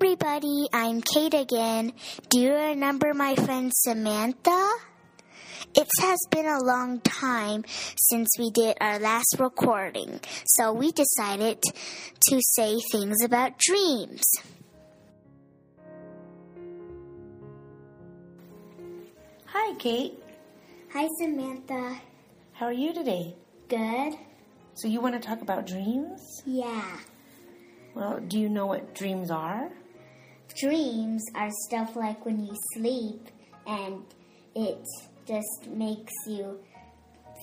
everybody, I'm Kate again. Do you remember my friend Samantha? It has been a long time since we did our last recording, so we decided to say things about dreams. Hi, Kate. Hi, Samantha. How are you today? Good? So, you want to talk about dreams? Yeah. Well, do you know what dreams are? Dreams are stuff like when you sleep and it just makes you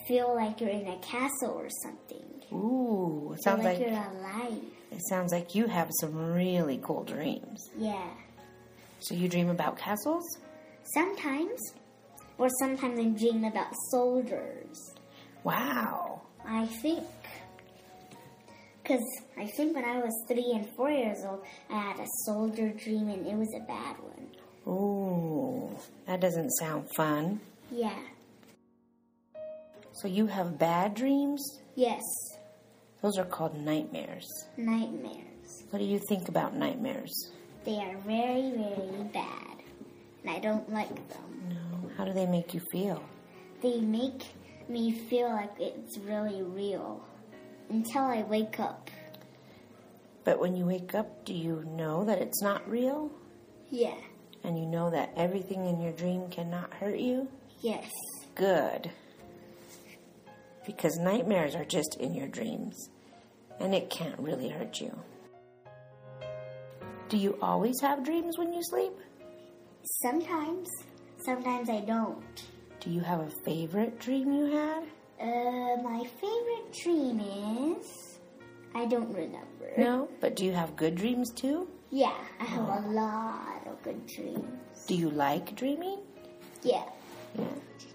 feel like you're in a castle or something. Ooh, Feel it sounds like you're alive. it sounds like you have some really cool dreams. Yeah. So, you dream about castles? Sometimes, or sometimes I dream about soldiers. Wow. I think, because I think when I was three and four years old, I had a soldier dream and it was a bad one. Ooh, that doesn't sound fun. Yeah. So, you have bad dreams? Yes. Those are called nightmares. Nightmares. What do you think about nightmares? They are very, very bad, and I don't like them. No. How do they make you feel? They make me feel like it's really real until I wake up. But when you wake up, do you know that it's not real? Yeah. And you know that everything in your dream cannot hurt you? Yes. Good. Because nightmares are just in your dreams, and it can't really hurt you. Do you always have dreams when you sleep? Sometimes, sometimes I don't. Do you have a favorite dream you had? Uh, my favorite dream is. I don't remember. No, but do you have good dreams too? Yeah, I have Oh. a lot of good dreams. Do you like dreaming? Yeah, Yeah.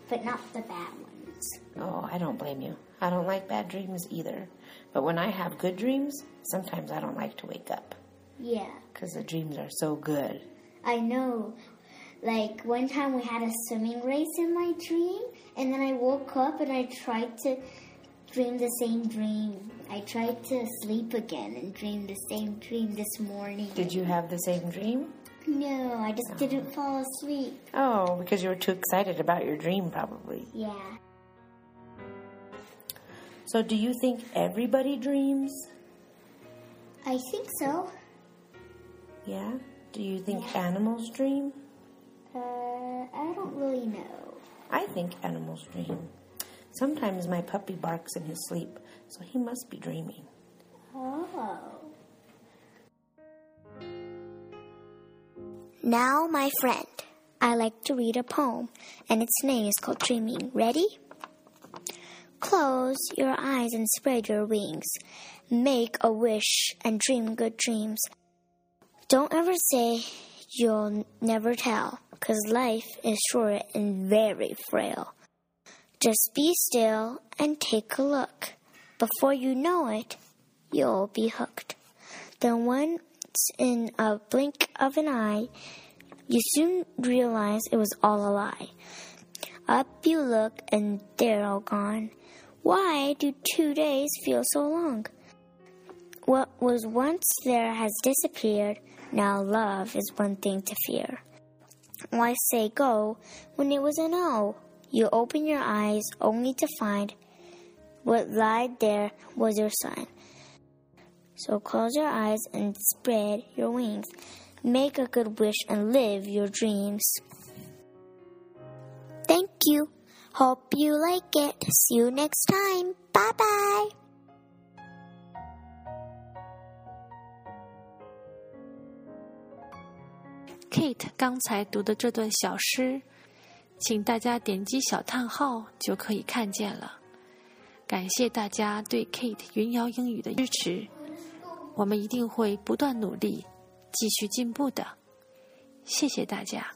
but not the bad ones. Oh, I don't blame you. I don't like bad dreams either. But when I have good dreams, sometimes I don't like to wake up Yeah, because the dreams are so good. I know. Like one time we had a swimming race in my dream, and then I woke up and I tried to dream the same dream. I tried to sleep again and dream the same dream this morning. Did you have the same dream? No, I just didn't fall asleep. Oh, because you were too excited about your dream, probably. Yeah. So, do you think everybody dreams? I think so. Yeah. Do you think animals dream? Uh, I don't really know. I think animals dream. Sometimes my puppy barks in his sleep, so he must be dreaming. Oh. Now, my friend, I like to read a poem, and its name is called Dreaming. Ready? Close your eyes and spread your wings. Make a wish and dream good dreams. Don't ever say you'll never tell, 'cause life is short and very frail. Just be still and take a look. Before you know it, you'll be hooked. Then, once in a blink of an eye, you soon realize it was all a lie. Up you look, and they're all gone. Why do two days feel so long? What was once there has disappeared. Now, love is one thing to fear. Why say go when it was a no? You open your eyes only to find what lied there was your sign. So close your eyes and spread your wings. Make a good wish and live your dreams. Thank you. Hope you like it. See you next time. Bye bye. Kate 刚才读的这段小诗，请大家点击小叹号就可以看见了。感谢大家对 Kate 云瑶英语的支持，我们一定会不断努力，继续进步的。谢谢大家。